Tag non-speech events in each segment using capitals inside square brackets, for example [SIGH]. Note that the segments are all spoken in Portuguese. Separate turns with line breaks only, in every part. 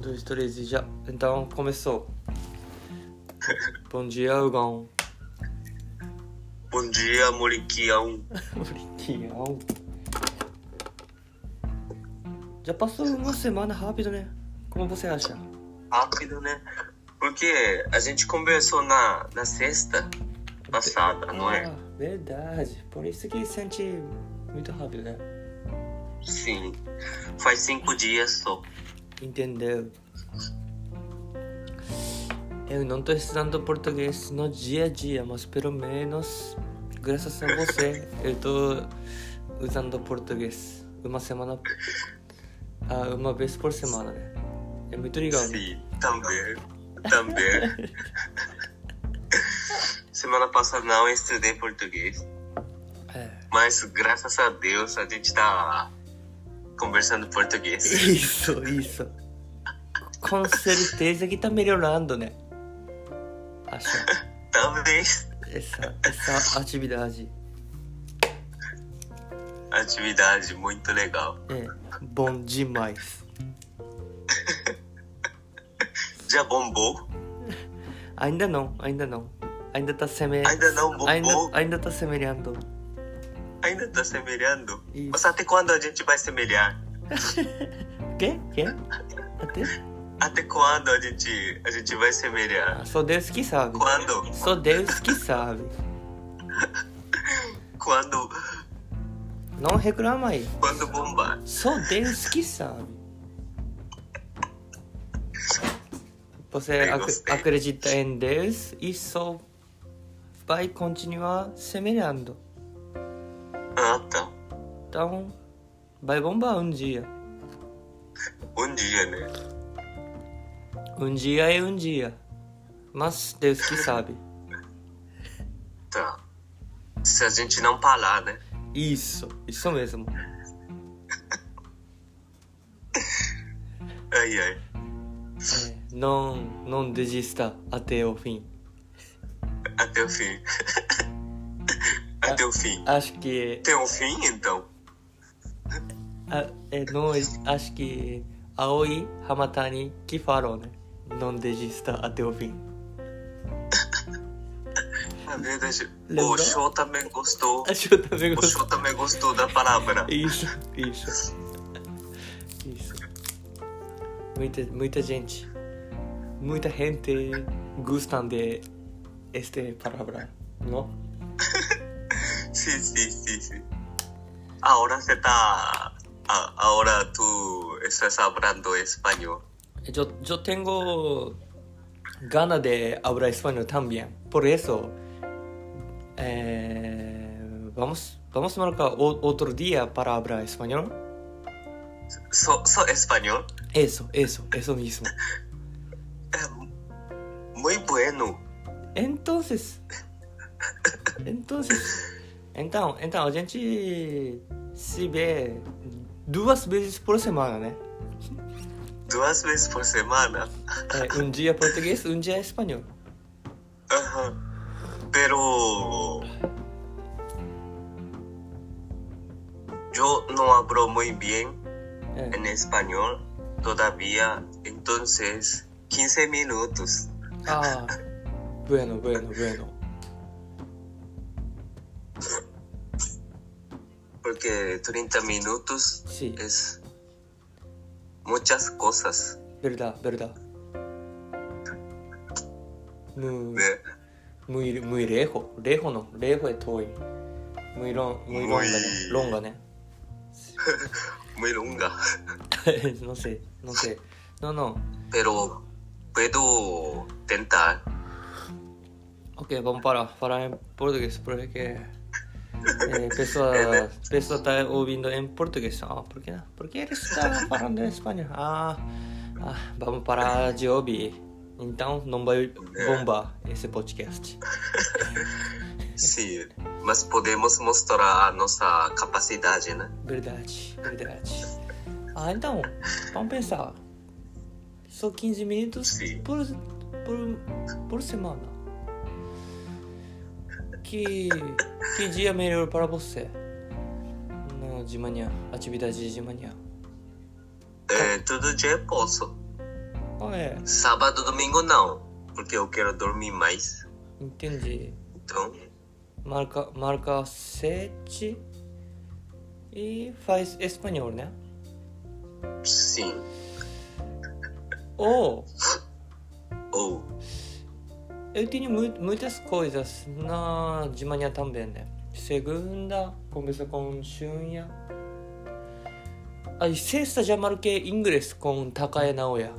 Dois, três e já. Então
[LAUGHS]
começou. Bom dia, Algão.
Bom dia, Moriquião.
Moriquião. Já passou uma semana rápido, né? Como você acha?
Rápido, né? Porque a gente conversou na, na sexta passada, não é?
Ah, verdade. Por isso que sente muito rápido, né?
Sim. Faz cinco dias só.
Entendeu? Eu não tô estudando português no dia a dia, mas pelo menos, graças a você, eu tô usando português uma semana, ah, uma vez por semana, né? É muito legal, né?
Sim, também. Também. [LAUGHS] Semana passada não estudei português.
É. [LAUGHS]
Mas graças a Deus a gente tá conversando
[LAUGHS]
português.
Isso, isso. Com certeza que tá melhorando, né? Acho.
Talvez
Essa, essa atividade.
atividade muito legal.
É bom demais.
Já bombou?
Ainda não, ainda não. Ainda tá semelhando.
Ainda não bombou?
Ainda, ainda tá semelhando.
Ainda tá semelhando?
Isso.
Mas até quando a gente vai semelhar?
Quê? Quê? Até?
Até quando a gente, a gente vai semelhar?
Ah, Só Deus que sabe.
Quando?
Só Deus que sabe.
Quando,
Não reclama aí.
quando bombar?
Só Deus que sabe. Você
Eu
ac-
gostei.
acredita em Deus e só vai continuar semelhando.
Ah, tá.
Então, vai bombar um dia.
Um dia, né?
Um dia é um dia. Mas Deus que sabe.
Tá. Se a gente não parar, né?
Isso, isso mesmo.
Ai, ai.
É, não, não desista até o fim.
Até o fim. [LAUGHS] Até o fim.
Acho que
Tem um fim, então?
a- é, não, acho que Aoi Hamatani que falou, né? Não desista até o fim. [LAUGHS]
Na verdade,
Lembrou?
o show também gostou.
Acho que eu também
O
gostei.
show também gostou da palavra.
Isso, isso. Isso. Muita, muita gente. Muita gente gostam de este palavra, não?
Sim, sim, sim, sim. Ahora você tá. a- Ahora tu estás hablando espanhol.
Yo, yo tengo ganas de hablar español también. Por eso, eh, vamos, vamos a marcar o- otro día para hablar español.
Só só espanhol?
Eso, eso, eso mismo.
Muy bueno.
Entonces, entonces, então, então a gente se vê duas vezes por semana, ¿eh? né?
Duas vezes por semana?
É, um dia português, um dia espanhol.
Aham. Pero. Yo no hablo muy bien
É.
en español todavía, entonces 15 minutos.
Ah, bueno, bueno, bueno.
Porque 30 minutos
Sí.
es muchas cosas.
Verdade, verdade. Mu-
né?
Muito, muito lejo. Lejo não. Lejo é toi. Muito, long, muito longa, né?
Muito.
Longa, [LAUGHS] né?
Muy longa.
não sei, não sei. Não, não.
Pero puedo tentar.
Ok, vamos parar. Falar em português, porque... É, pessoa, pessoa tá ouvindo em português. Ah, por que não? Porque eles estavam falando em espanhol. Ah, ah, vamos parar de ouvir. Então, não vai bombar esse podcast.
Sí, mas podemos mostrar a nossa capacidade, né?
Verdade, verdade. Ah, então, vamos pensar. Só 15 minutos
Sim.
por, por, por semana. Que, que dia melhor para você? No, de manhã, atividade de manhã.
É, todo dia eu posso.
Ué,
Sábado, domingo não, porque eu quero dormir mais.
entendi.
Então,
Marca, marca 7 e faz espanhol, né?
sim.
Ou
Ou,
eu tenho mu- muitas coisas na, de manhã também, né? Segunda, começa com Shunya. Ah, e sexta já marquei inglês com Takae Naoya.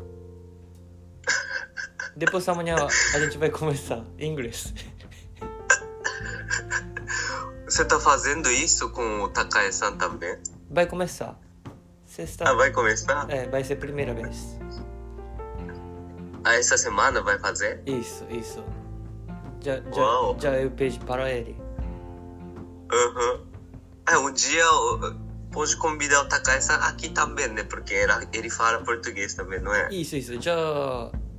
Depois amanhã a gente vai começar inglês.
você tá fazendo isso com o Takae-san também?
Vai começar. Sexta.
Ah, vai começar?
Tá. É, vai ser a primeira vez.
Ah, essa semana vai fazer?
Isso, isso. Já, já,
Uau.
já eu pedi para ele.
Aham. É, um dia uh, pode convidar o Takae-san aqui também, né? Porque ela- ele fala português também, não é?
Isso, isso. Já,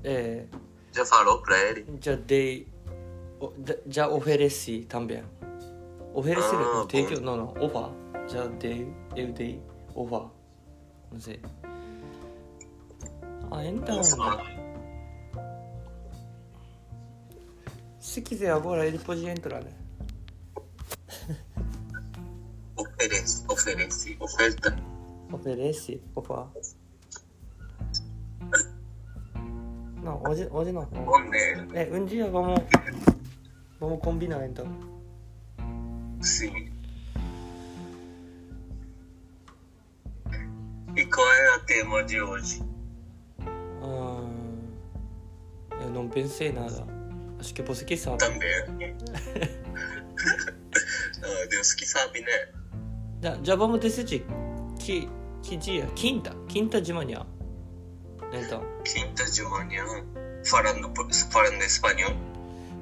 é,
Já falou pra ele?
já dei. o- da- Já ofereci também. Ofereci,
Ah,
não,
bom.
thank não, não. Offer. Já dei, eu dei offer. Não sei. Ah, então. Se quiser agora, ele pode entrar, né?
Oferece, oferece, oferta.
Oferece? Opa. Não, hoje, hoje não.
Bom, né?
É, um dia vamos. Vamos combinar então.
Sim. E qual é o tema de hoje?
Ah, eu não pensei nada. Acho que você que sabe.
Também. ah, Deus que sabe, né?
Já, já vamos decidir. Que, que dia? Quinta. Quinta de manhã. Então.
Quinta de manhã, falando, por- falando espanhol.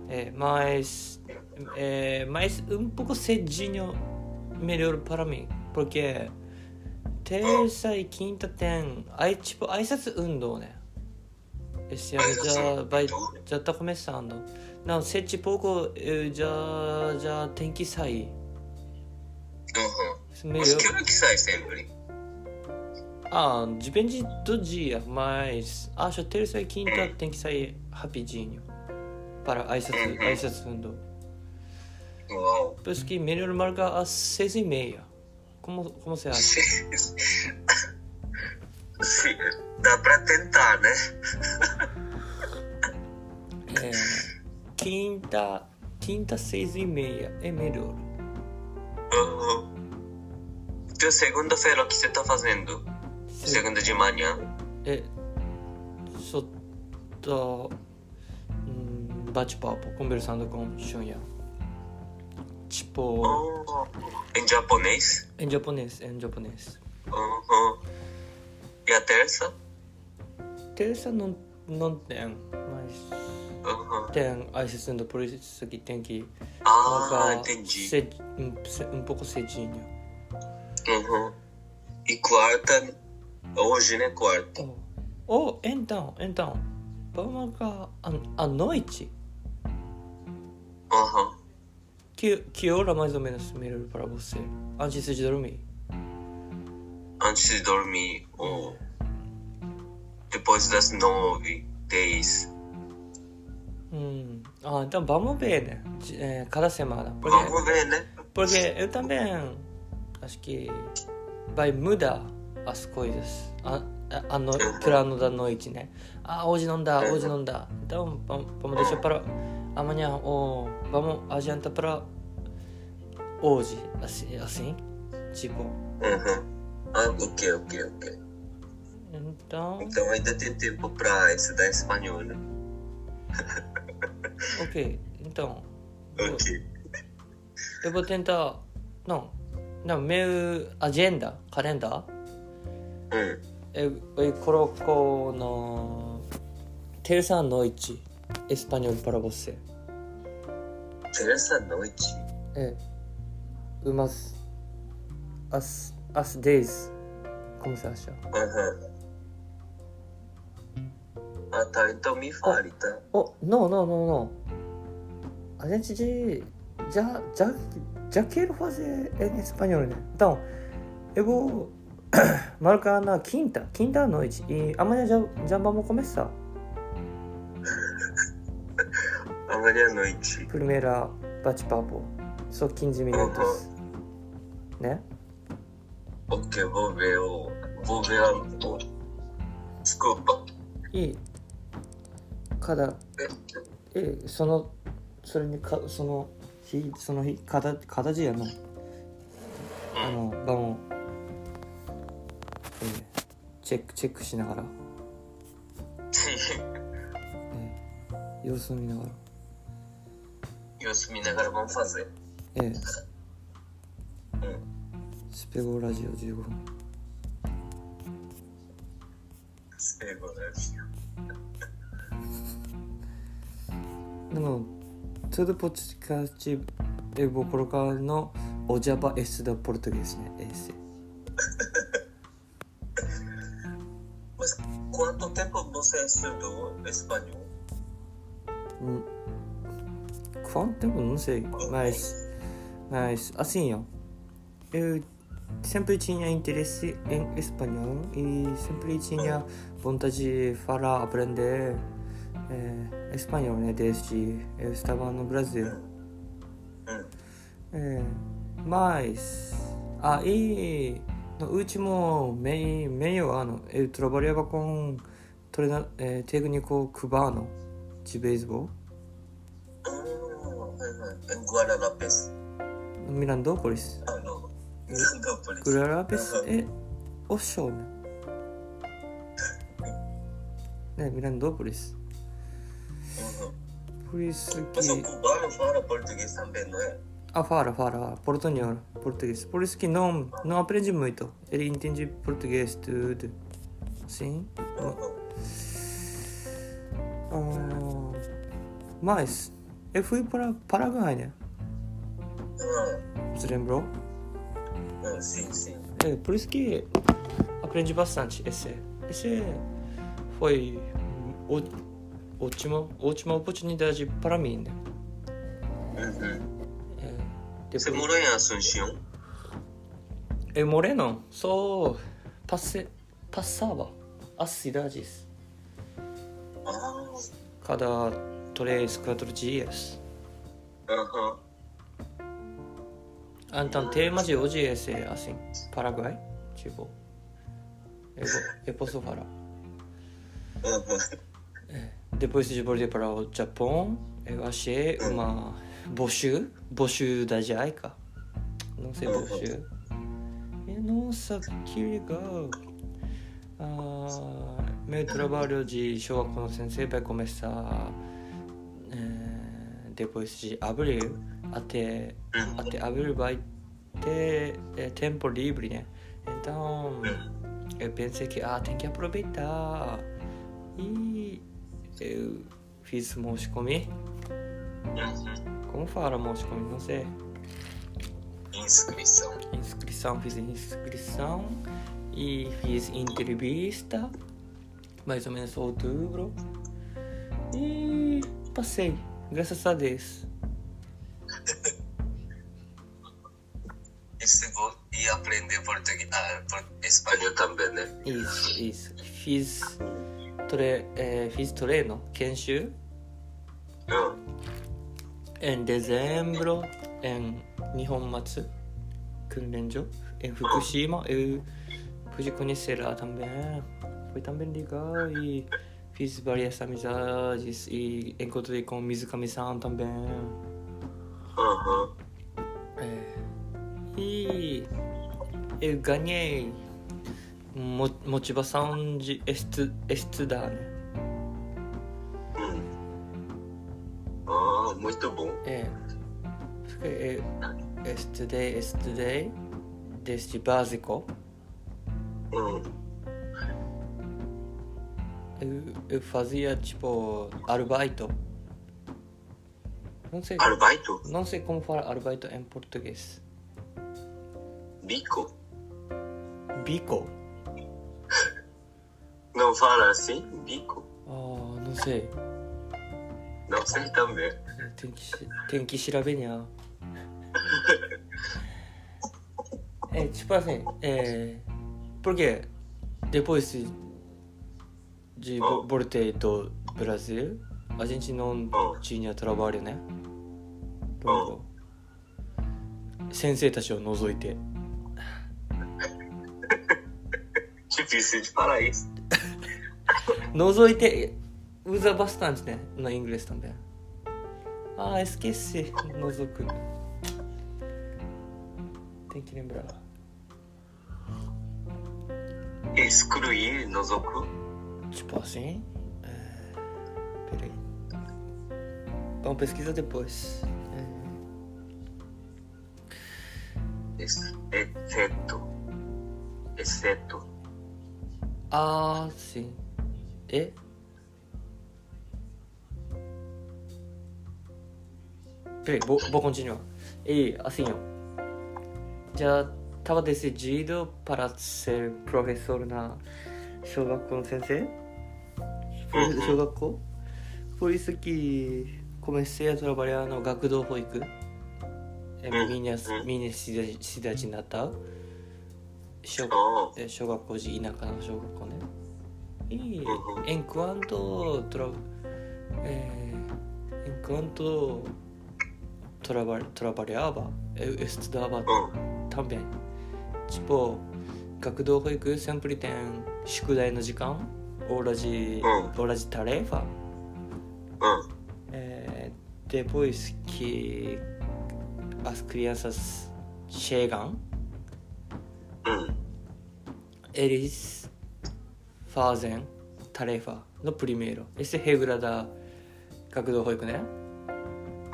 É, mas. É, mas um pouco cedinho melhor para mim. Porque. Terça e quinta tem. Aí, tipo,挨拶運動né? Esse ano já, vai, já tá começando. Não, sete e pouco eu já, já tenho que sair.
Uhum. Mas
Melhor.
que hora que sai sempre?
Ah, depende do dia, mas acho terça e quinta tem que sair rapidinho. Para
Uhum.
挨拶運動。
Uau.
Por isso que melhor marca às seis e meia. Como, como você acha?
Sim, Dá pra tentar, né?
É, quinta, quinta, seis e meia é melhor.
Uhum. Então, segunda-feira, o que você tá fazendo?
Se-
Segunda de manhã?
É, só tô, hum, bate-papo, conversando com Shunya. Tipo,
Oh, em japonês?
em japonês, em japonês.
Uhum. E a terça?
Terça não, não tem, mas
Uhum.
tem assistente, por isso que tem que
Ah,
marcar
entendi.
ced- um, ce- um pouco cedinho.
Uhum. E quarta, hoje né, quarta.
Oh, oh então, então, vamos marcar a, a noite?
Uhum.
Que, que hora mais ou menos melhor para você? Antes de dormir.
Antes de dormir, ou depois das nove, dez.
Hum. Ah, então vamos ver, né? De- é, cada semana. Porque,
Vamos ver, né?
porque eu também acho que vai mudar as coisas. A, a, a no, plano da noite, né? Ah, hoje não dá, hoje não dá. Então vamos, vamos deixar para amanhã ou vamos adiantar para hoje. Assim, assim? Tipo.
Uhum. Ah, ok, ok, ok.
Então,
Então ainda tem tempo pra estudar espanhol, né?
ok. Então, eu,
Ok.
eu vou tentar. Não, não, meu agenda, calendar,
Hum.
eu, eu coloco no. Terça à noite, espanhol para você.
Terça noite.
É. Umas. As, as 10. Como você acha?
Uhum. Ah tá, então me fale, tá?
Oh, não, não, não, não. A gente de. Já, [COUGHS] já, já quero fazer em espanhol, né? Então, eu vou Marcana quinta, quinta noite. E amanhã já, já vamos começar.
Amanhã à noite.
Primeira bate-papo. Só 15 minutos. Né?
Ok, vou ver o. Vou ver a. o- Desculpa.
E cadaえそのそれにかその日その日かた形やのあの番を、えーチェックチェックしながら、
[LAUGHS]
えー様子を見ながら
Sim, Isso me agora vamos fazer.
えースペゴラジオ15分
Cego, né?
でもトゥドポチカチエボコロカのおジャパエスダポルトゲスねエス
Mas quanto tempo você estudou espanhol?
うん Quanto não sei, mas mas assim ó, eu sempre tinha interesse em espanhol e sempre tinha vontade de falar, aprender é, espanhol, né? Desde eu estava no Brasil.
Mm. Hum.
É, mas aí no último meio, meio ano eu trabalhava com treina, é, técnico cubano de beisebol.
Ah, em Guararapes.
Mirandópolis.
Ah, [LAUGHS] não. Mirandópolis.
Guararapes
Uhum.
é offshore, né? Né, Mirandópolis.
Uhum.
Por isso
Mas o
que.
cubano fala português também, não é?
Ah, fala, fala, fala. Portunhol, português. Por isso que não, não aprende muito. Ele entende português, tudo. Sim.
Uhum.
Ah, mas, eu fui para Paraguai, né?
Ah,
Você lembrou?
ah, sim, sim.
É, por isso que aprendi bastante. Esse, esse foi o, última, última oportunidade para mim, né?
Uhum.
É,
Você
depois-
morou em Assunção?
Eu morei não, só passe, passava as cidades
Ah,
cada três, quatro dias.
aham.
Então, tema de hoje é esse, assim, Paraguai, tipo, eu, vou- eu posso falar.
Aham.
Depois de voltar para o Japão, eu achei uma Boshu, Boshu da Jaica. Não sei Boshu. E nossa, que legal. Ah, meu trabalho de Shogaku no Sensei vai começar eh, depois de abril. Até, até abril vai ter eh, tempo livre, né? Então, eu pensei que ah, tem que aproveitar. E eu fiz Moscomi.
Uhum.
Como fala Moscomi? Não sei.
Inscrição.
Inscrição, fiz inscrição e fiz entrevista. Mais ou menos outubro. E passei, graças a Deus.
E, se vo- e aprender português, ah, por- espanhol também, né?
Isso, isso. Fiz, tre eh, fiz treino, Kenshu,
Uhum.
em dezembro, em Nihonmatsu, Kunrenjo, em Fukushima, eu pude conhecer lá também. Foi também legal e fiz várias amizades e encontrei com Mizukami-san também.
Uhum.
É. E eu ganhei mo motivação de estu estudar, né?
Ah, muito bom.
É. Porque eu eu estudei, estudei desde básico.
Uhum.
Eu, eu fazia tipo arbaito. Não sei,
Arbeito?
não sei como falar arbaito em português.
Bico?
Bico.
Não fala assim? Bico?
Ah, não sei.
Não sei também.
Eu tenho que, tenho que chilabeñar. É, tipo assim, é, Porque depois de
Oh.
voltei do Brasil, a gente não
Oh.
tinha trabalho, né? Logo,先生たちを除いて。
Difícil de falar isso.
除いて usa bastante, né? No inglês também. Ah, esqueci. 除く。Tem que lembrar.
Excluir, nozoku.
Tipo assim. é, Peraí. Bom, pesquisa depois. É,
ex- Exceto. Exceto.
Ah, sim. E? Peraí, vou, vou continuar. E assim, ó. Já estava decidido para ser professor na 小学校の先生
Uhum.
小学校 Por isso que comecei a trabalhar no 学童保育。É
Uhum.
minha, minha cidade, cidade natal. Show.
Oh,
えー小学校時田舎の小学校ね。E
Uhum.
enquanto tra... eh, enquanto traba... trabalhava, eu estudava
oh,
também. Tipo, 学童保育 sempre tem 宿題の時間 hora de
Uhum.
hora de tarefa.
oh.
Eh, depois que as crianças chegam,
Hum.
eles fazem tarefa no primeiro. Essa é a regra da Kakudo Hoiku, né?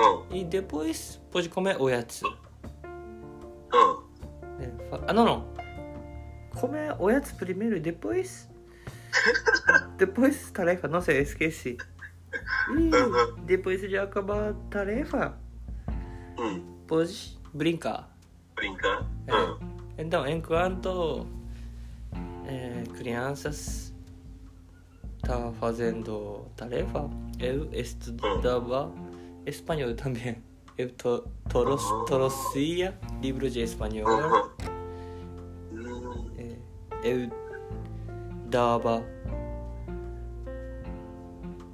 Oh,
E depois pode comer o yatsu.
oh.
Né? Fa- Ah, não, não. Comer o yatsu primeiro e depois... depois tarefa. Nossa, eu esqueci. E
Uhum.
depois de acabar a tarefa,
Hum.
pode brincar.
Brincar.
É.
Oh,
Então, enquanto é, crianças estavam fazendo tarefa, eu estudava espanhol também. Eu to, toros,
Ah.
trouxia livro de espanhol.
oh, oh. Hum.
É, eu dava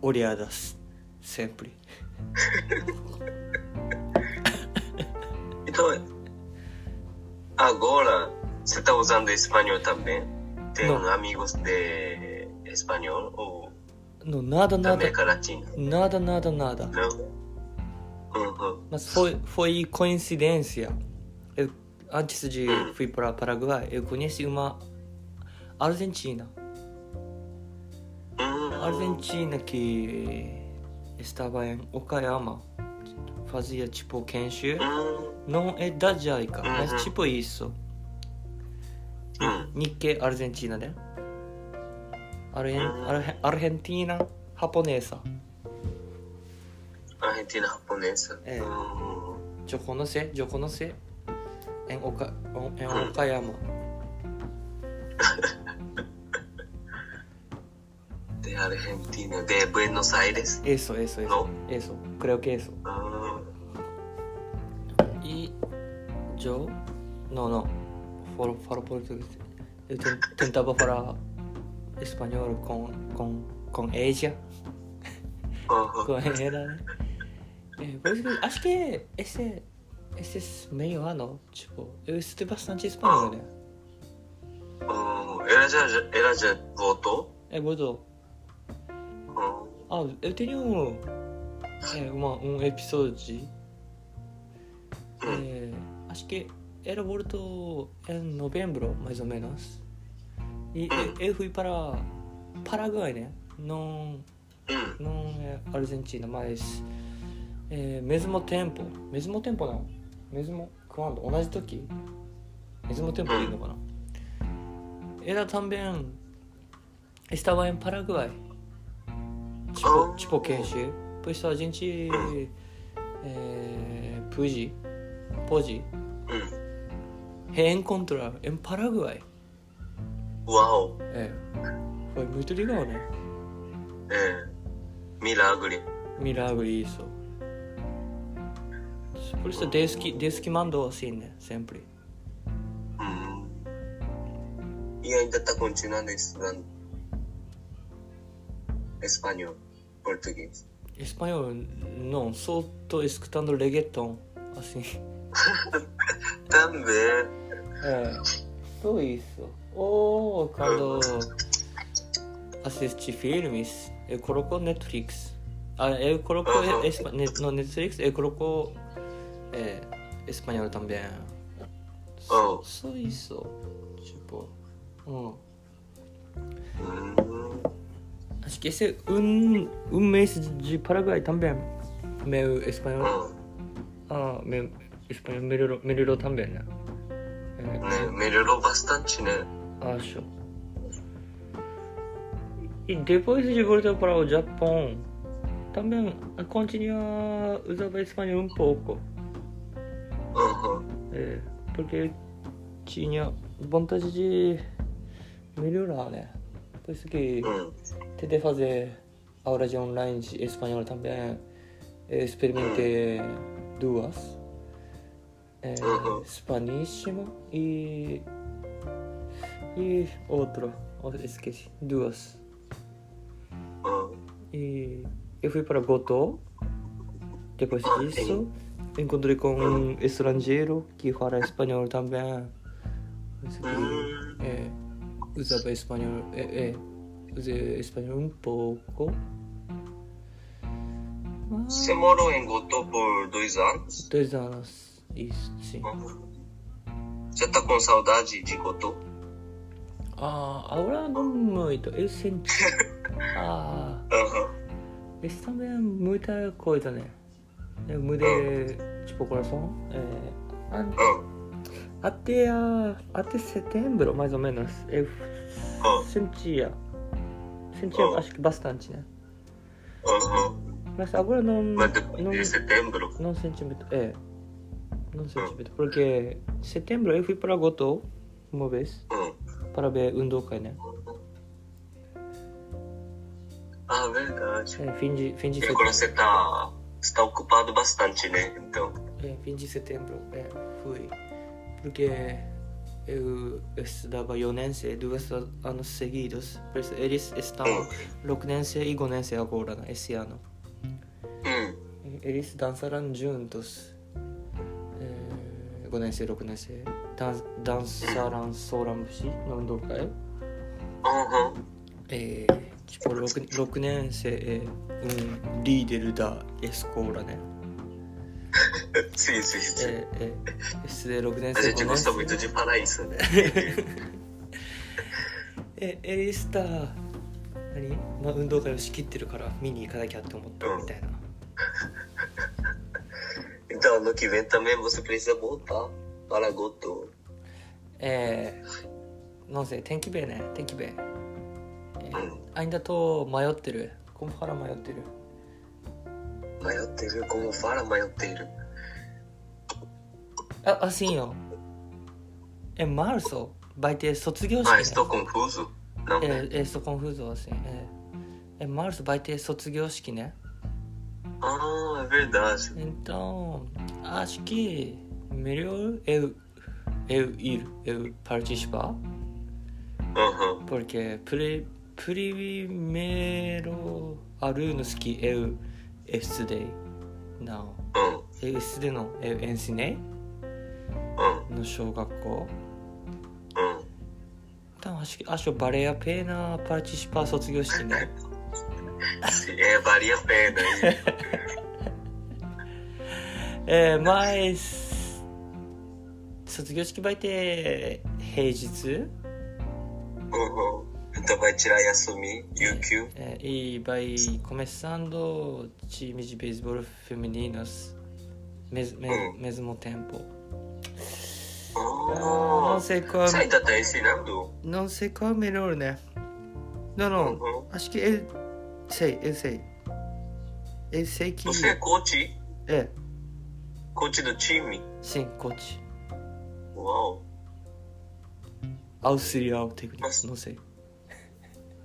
olhadas sempre.
Então, agora você está usando espanhol também? Tem
Não.
amigos de espanhol ou
Não, nada,
da
nada.
América Latina?
Nada, nada, nada.
Não? Uhum.
Mas foi, foi coincidência. Eu, antes de fui para Paraguai, eu conheci uma argentina.
Hum.
Argentina que estava em Okayama. Fazia tipo Kenshu.
Hum.
Não é da Jaica, mas
Uhum.
tipo isso.
Hum.
Nikkei Argentina, né? Argen, Ar- Argentina japonesa.
Argentina japonesa.
É.
Hum.
Eu conheci, eu conheci. Em, Oka, em
Hum.
Okayama.
De Argentina, de Buenos Aires?
Isso, isso, isso.
Não?
Isso, creio que isso.
Ah,
E eu não, não. Falo, falo português. Eu ten- tentava falar espanhol com com com ella,
uhum.
com ela. Né? É, por isso que- acho que esse esses meio ano, tipo, eu estudei bastante espanhol, né?
Hum. Ela, já, já- ela já voltou?
É muito.
Hum.
Ah, eu tenho é, uma, um episódio. É, acho que era morto em novembro, mais ou menos. E eu, eu fui para Paraguai, né? Não,
Hum.
não é Argentina, mas é, mesmo tempo. Mesmo tempo não. Mesmo quando?同じ時mesmo tempo de ir no canal. Era também. Estava em Paraguai. Tipo,
Oh.
tipo Kenshi. Por isso a gente. É, pude. Pode
Hum.
reencontrar em Paraguai.
Uau!
É. Foi muito legal, né?
É. Milagre.
Milagre isso. Por isso, desde que, desde que mandou assim, né? Sempre.
Hum. y ainda está continuando estudando español, português.
Espanhol, não, só estou escutando reggaeton, assim.
Também.
É, tudo isso. Ou quando assisti filmes, eu coloco Netflix. Ah, eu coloco
Aham.
espa- net- no Netflix, eu coloco é, espanhol também. Só,
Oh.
só isso. Tipo. hum.
Hum,
Acho que esse é um, um mês de Paraguai também. Meu espanhol.
hum.
Ah, meu espanhol melhorou, melhorou também, né? É,
Né, Melhorou bastante, né?
Acho. E depois de voltar para o Japão, também continua usando espanhol um pouco.
Uhum.
É, porque tinha vontade de melhorar, né? Por isso que
Hum.
tentei fazer aula de online de espanhol também. Eu experimentei duas. É,
Uhum.
Hispaníssimo e... E outro. Outro, Esqueci. Duas.
Hum.
E eu fui para Gotô. Depois
Ah,
disso, encontrei com um estrangeiro que fala espanhol também. Por isso que-
Hum.
é, usava espanhol, é, é, usei espanhol um pouco. Mas
Você morou em Gotô por dois anos?
dois anos, isso, sim.
Uhum. Você tá com saudade de Gotô?
Ah, agora não muito, eu senti. Ah,
Uhum.
isso também é muita coisa, né? Eu mudei, tipo, coração. É, an-
Hum.
até, a, até setembro, mais ou menos, eu
Hum.
sentia. Sentia,
Ah.
acho que bastante, né?
Uhum.
Mas agora não.
Mas
não
depois de setembro?
Não sentimento, é. Não sentimento, porque em setembro eu fui para Gotô uma vez
Hum.
para ver Undokai, né?
Ah, verdade.
É, fim de, fim de
E agora
setembro.
você tá, você tá ocupado bastante, né? Então.
É, fim de setembro, é, fui. Porque eu estudava 4年生duas anos seguidos, por isso eles estão
Hum.
6年生e 5年生 agora, né, esse ano.
Hum.
Eles dançaram juntos. É, 5年生、6年生。ダンダンサラン、ソーラン節の運動会。
Uhum.
えー、tipo 6, 6年生、えーうん、リーデルダエスコーラね、
[LAUGHS] Sim, sim, sim.
えーえー、SD6 年
A
生
gente
5年
gosta
生
muito de falar isso, né?
えエリスター何、まあ、運動会を仕切ってるから見に行かなきゃって思ったみたいな
Então, ano que vem também você precisa voltar para Goto.
えー、なんせ天気弁ね天気弁
Hum.
あいんだと迷ってるコンファラ迷ってる
Maioteiro, como fala maioteiro?
あ、あ、しんよえ、マルソバイテ卒業式、ね
Ah, estou confuso? Não.
えー、えー、そこンフーズはしんえー、えマルソバイテ卒業式ね
Ah, é verdade.
Então, acho que melhor eu, eu ir, eu participar,
Uhum.
porque pri, primeiro alunos que eu estudei, não,
Hum,
eu estudei não, eu ensinei
hum,
no 小学校
hum.
Então, acho que acho que vale a pena participar do 業式
[LAUGHS]
ね。
Sim, É, varia a pena. [LAUGHS] hein?
é, mas 卒業式 vai ter 平日
Uhum. Então vai tirar e assumir Yukio.
É, e vai começando time de beisebol femininos mes, me-
Hum.
mesmo tempo. Ah, não
Oh,
sei qual,
você ainda tá ensinando?
não sei qual é o melhor, né? Não, não.
Uhum.
Acho que eu sei, eu sei. Eu sei que
Você é coach?
é,
Coach do time?
sim, coach,
Uau.
auxiliar técnico, não sei.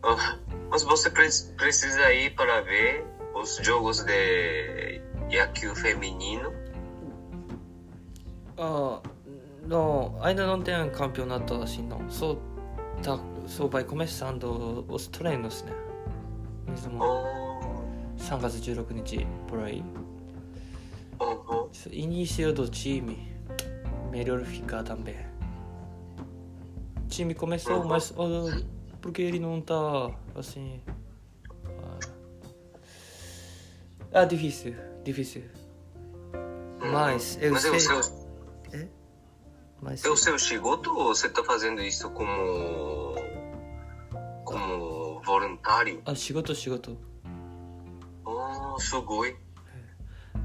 Ah, Mas você pre- precisa ir para ver os jogos de Yakio feminino?
Ah, não, ainda não tem campeonato assim, não. Só está, sobre começando os treinos, né? Mesmo
Oh,
3月16日por aí.
oh, oh.
Início do time. Melhor ficar também. O time começou, mas ah, porque ele não tá assim. Ah, ah, difícil, difícil. Mas eu
Mas é
sei.
o seu,
Mas
é o seu shigoto ou você tá fazendo isso como. como voluntário?
ah, 仕事仕事。
Oh, すごい。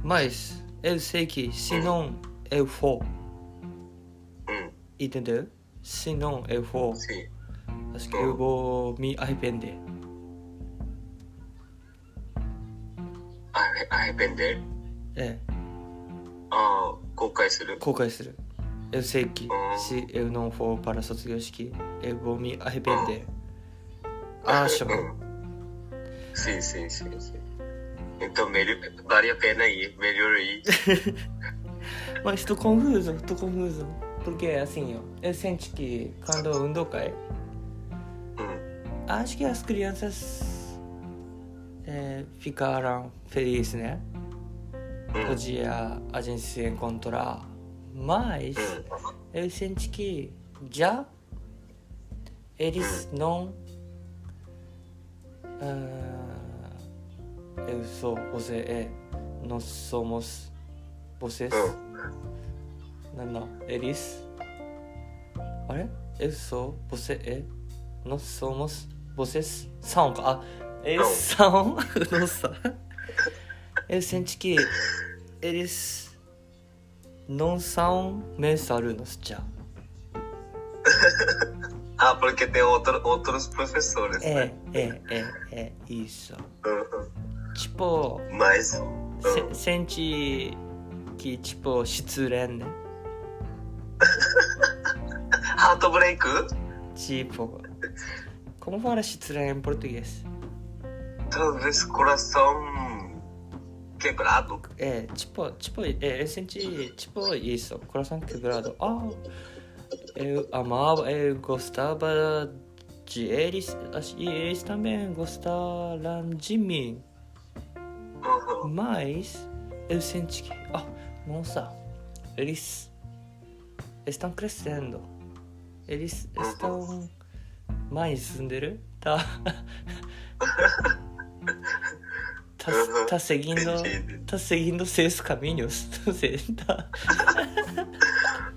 Mas eu sei que se não eu for,
うん、
entendeu? Se não eu for,
Hum, sim.
acho que eu vou me arrepender.
Arre- Arrepender? Oh,
É.
ああ、後悔する。
後悔する。Eu sei que
Hum.
se eu não for para Sotsugyoshiki, eu vou me arrepender. Acho.
うん。sim, Hum. sim, sim, sim. Então, melhor, vale a pena ir, melhor ir.
Mas tô confuso, tô confuso. Porque assim, ó, eu senti que quando o Undo cai,
Hum,
acho que as crianças é, ficaram felizes, né?
hum,
Podia a gente se encontrar. Mas
hum.
eu senti que já eles não. Ah, eu sou, você é, nós somos vocês. Não, não, eles. Olha, eu sou, você é, nós somos, vocês são. Ah, eles
Não.
são. [LAUGHS] Nossa. Eu senti que eles não são meus alunos já.
Ah, porque tem outro, outros professores,
É,
né?
é, é, é, isso.
Uhum.
Tipo,
Mas,
se, sente que, tipo, 失恋ね。
ハートブレイク
Tipo, como fala 失恋 em português?
Talvez coração quebrado.
É, tipo, tipo, é, eu senti, tipo, isso, coração quebrado. Ah, eu amava, eu gostava de eles, acho- e eles também gostaram de mim.
Uhum.
Mas eu senti que, ah, nossa, eles estão crescendo. Eles estão mais, entendeu? Tá. tá, tá seguindo.
Entendido.
Tá seguindo seus caminhos. [LAUGHS] Você tá.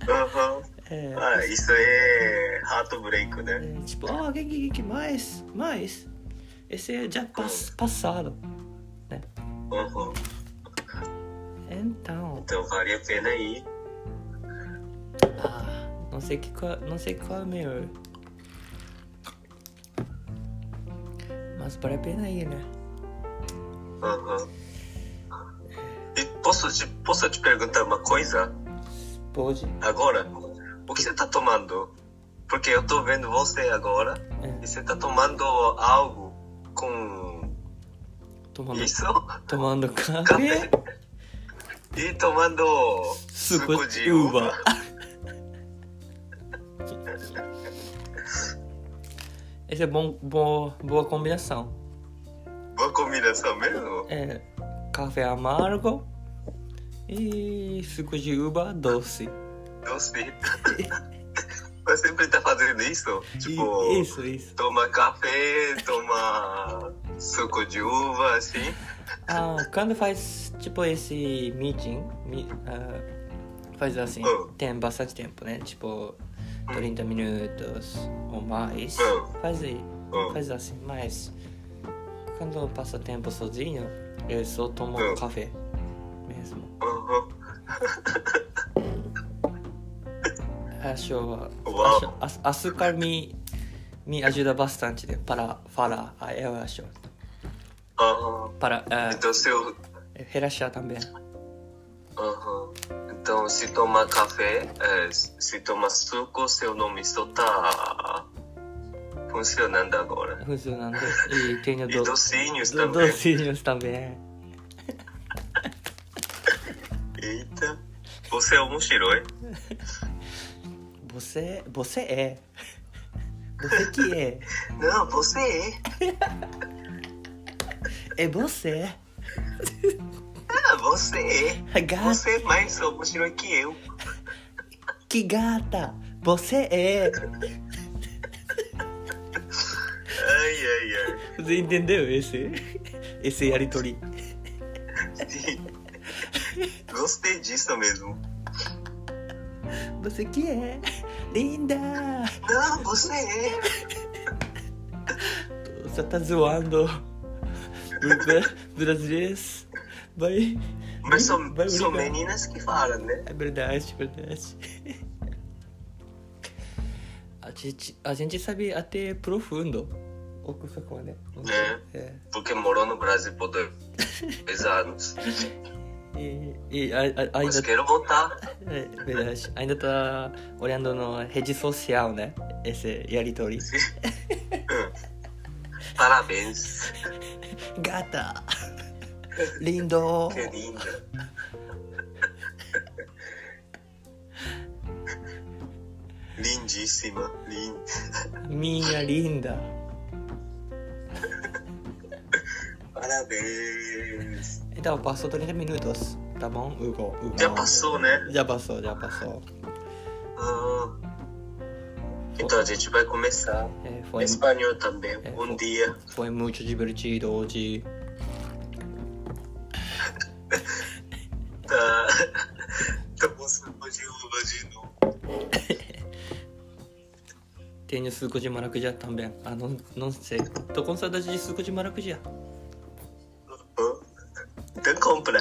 Uhum.
É,
Ah, isso é hato break, né?
é, tipo, ah, que, que, que mais? Mais? Esse é já pass, passado.
Uhum.
Então.
Então vale a pena ir.
Ah, não sei que qual, não sei qual é melhor. Mas vale a pena ir, né?
Uhum. hum. E posso te, posso te perguntar uma coisa
Pode.
agora? O que você tá tomando? Porque eu tô vendo você agora e
É,
você tá tomando algo com
tomando,
isso? [LAUGHS]
tomando café.
E tomando
Suco de uva. [LAUGHS] Essa é bom, boa, boa combinação.
Boa combinação mesmo?
É café amargo e suco de uva doce. [LAUGHS]
Doce. Então, Mas sempre tá fazendo isso? Tipo,
E- isso, isso.
toma café, toma suco de uva, assim.
Ah, quando faz tipo esse meeting, mi- ah, faz assim,
Hum.
tem bastante tempo, né? Tipo 30 minutos ou mais.
Hum.
Faz aí.
Hum.
Faz assim, mas quando eu passo tempo sozinho, eu só tomo
Hum.
café mesmo.
Uhum.
Acho,
Uau.
acho a- açúcar me, me ajuda bastante né, para falar, ah, eu acho.
Uhum.
Para ah,
Então, se eu...
relaxar também.
Uhum. Então, se tomar café, é, se tomar suco, seu nome só tá funcionando agora.
Funcionando. E tenho
E
do,
docinhos
do,
também.
docinhos também.
Eita, você é um shiroi.
Você, você é. Você que é?
Não, você.
É você?
Ah, você.
A gata?
Você é mais menos que eu.
Que gata? Você é?
Ai, ai, ai.
Você entendeu esse? Esse yaritori.
Gostei disso mesmo.
Você que é? Linda!
Não, você é.
Você tá zoando. Bra- Brasileiros. Vai.
Mas são,
vai
são
brigar.
meninas que falam, né?
É verdade, verdade. A gente, a gente sabe até profundo. Oku Sakone.
É.
né? É.
Porque morou no Brasil por dois dois anos.
E, e a- a-
Mas
ainda, tá-
quero voltar.
é, verdade, ainda tá olhando na rede social, né? Esse yaritori.
Parabéns.
Gata! [LAUGHS] Lindo!
Que linda. Lindíssima. Linda.
Minha linda!
Parabéns.
Então, passou 30 minutos, tá bom, Hugo? Hugo?
Já passou, né?
Já passou, já passou.
Ah. Então a gente vai começar.
É, foi,
Espanhol também. Um dia.
foi muito divertido hoje.
Tá. [LAUGHS] Tá mostrando de lula de novo.
Tenho suco de maracujá também. Ah, não, não sei. Tô com saudade de suco de maracujá.
Hã? Então compra.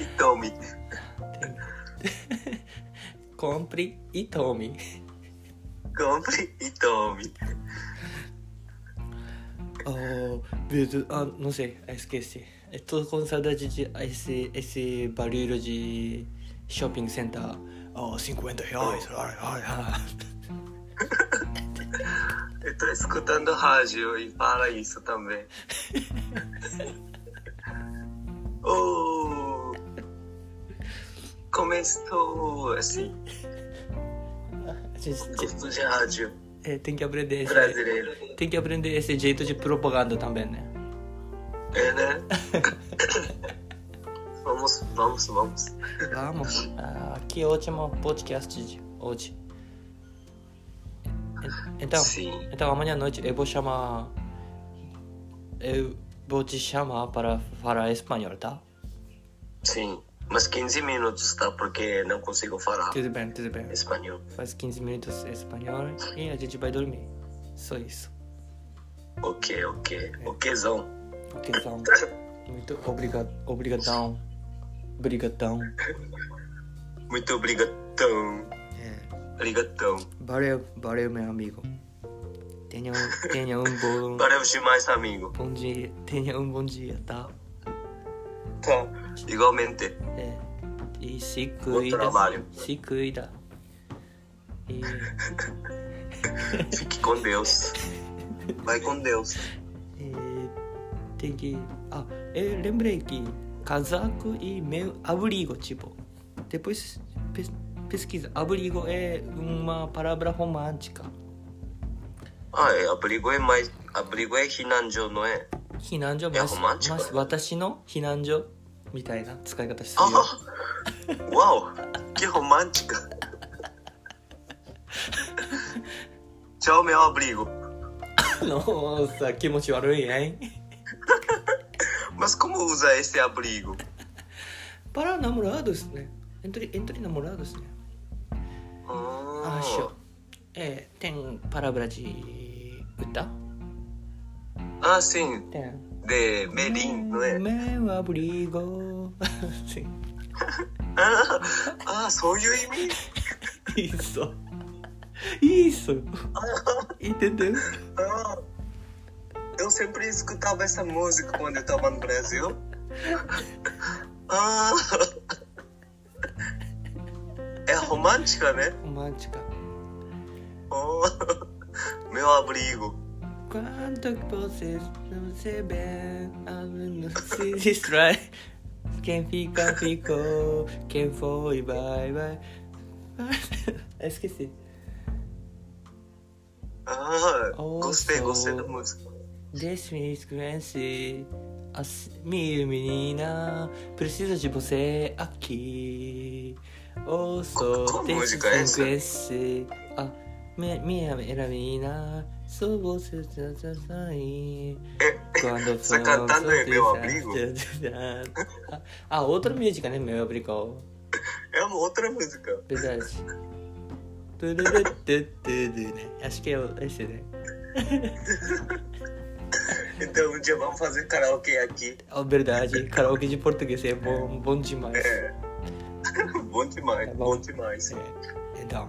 E tome.
Compre e tome.
Compre e tome.
[LAUGHS] Oh, meu Deus. Ah, não sei. Esqueci. Eu Tô com saudade de esse, esse barulho de shopping center. Oh, 50 reais. Ai, ai, [LAUGHS] ai.
Eu tô escutando rádio e fala isso também. oh, começou esse
A gente-
curso de rádio
é, tem que aprender esse,
brasileiro.
Tem que aprender esse jeito de propaganda também, né?
É, né? vamos, vamos, vamos.
Vamos. Ah, que ótimo podcast de hoje. En- Então,
Sim.
então amanhã à noite eu vou chamar. Eu vou te chamar para falar espanhol, tá?
Sim, mas 15 minutos, tá? Porque não consigo falar
Tudo bem, tudo bem.
espanhol.
Faz 15 minutos espanhol e a gente vai dormir. Só isso.
Ok, ok. Okzão.
Ok, então. Muito obrigado. Obrigadão. Obrigadão.
[LAUGHS] Muito obrigatão.
É.
Obrigatão.
Valeu, valeu, meu amigo. Tenha, tenha um bom,
Valeu demais, amigo.
bom dia. Tenha um bom dia, tá?
Tá. Igualmente.
É. E se
Bom
cuida.
trabalho.
Se cuida. E
Fique com Deus. Vai com Deus.
e tem que. Ah, eu lembrei que casaco e meu abrigo, tipo. Depois pes- pesquisa. Abrigo é uma palavra romântica.
Ah, é, abrigo é mais. Abrigo é Hinanjo, não é?
避難所
いやromântico
ま私の避難所みたいな使い方す
Ah,
るよ。 [LAUGHS]
uau! Que romântica! Tchau, meu abrigo.
のさ、気持ち悪いね。
Mas como usa esse abrigo?
Para namorados ね。Entre, entre namorados ね。
Ah,
Acho. É, tem palavra de uta?
Ah, sim.
Tem.
De Merim, não é?
Meu abrigo. [LAUGHS] Sim.
Ah, ah,そういう意味
Isso. Isso. Entendeu?
Ah, eu sempre escutava essa música quando eu tava no
[LAUGHS]
Brasil. Ah, é romântica, né?
Romântica.
Oh, meu abrigo.
Quanto que vocês não se bem, a [LAUGHS] não se distrai. Quem fica, ficou. Quem foi, vai, vai. Esqueci.
Ah,
Oh,
gostei,
so-
gostei da música.
Deixe me escurece. Assim, minha menina, precisa de você aqui. Ou só
Qual- qual
deixe
música é essa?
escurece. Ah, minha, minha, minha menina, sou você já já
[LAUGHS]
sair. Quando
Você cantando é Meu Abrigo?
Ah, outra música, né? Meu abrigo.
É uma outra música.
Verdade. Tududududu, né? Acho que é esse, né?
Então um dia vamos fazer karaokê aqui.
É verdade, karaokê de português é bom, bom demais.
É. Bom demais,
Tá bom.
bom demais.
É. Então,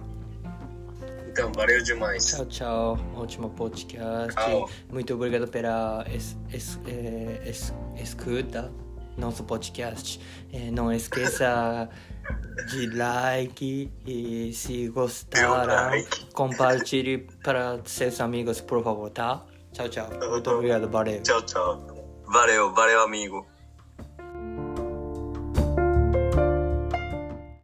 Então, valeu demais.
tchau, tchau. Ótimo podcast.
Tchau.
Muito obrigado pela es, es, eh, es, escuta nosso podcast. Eh, não esqueça de like e se gostaram,
like.
compartilhe para seus amigos, por favor, tá? Tchau, tchau. Muito
bom.
obrigado, valeu.
Tchau, tchau. Valeu, valeu, amigo.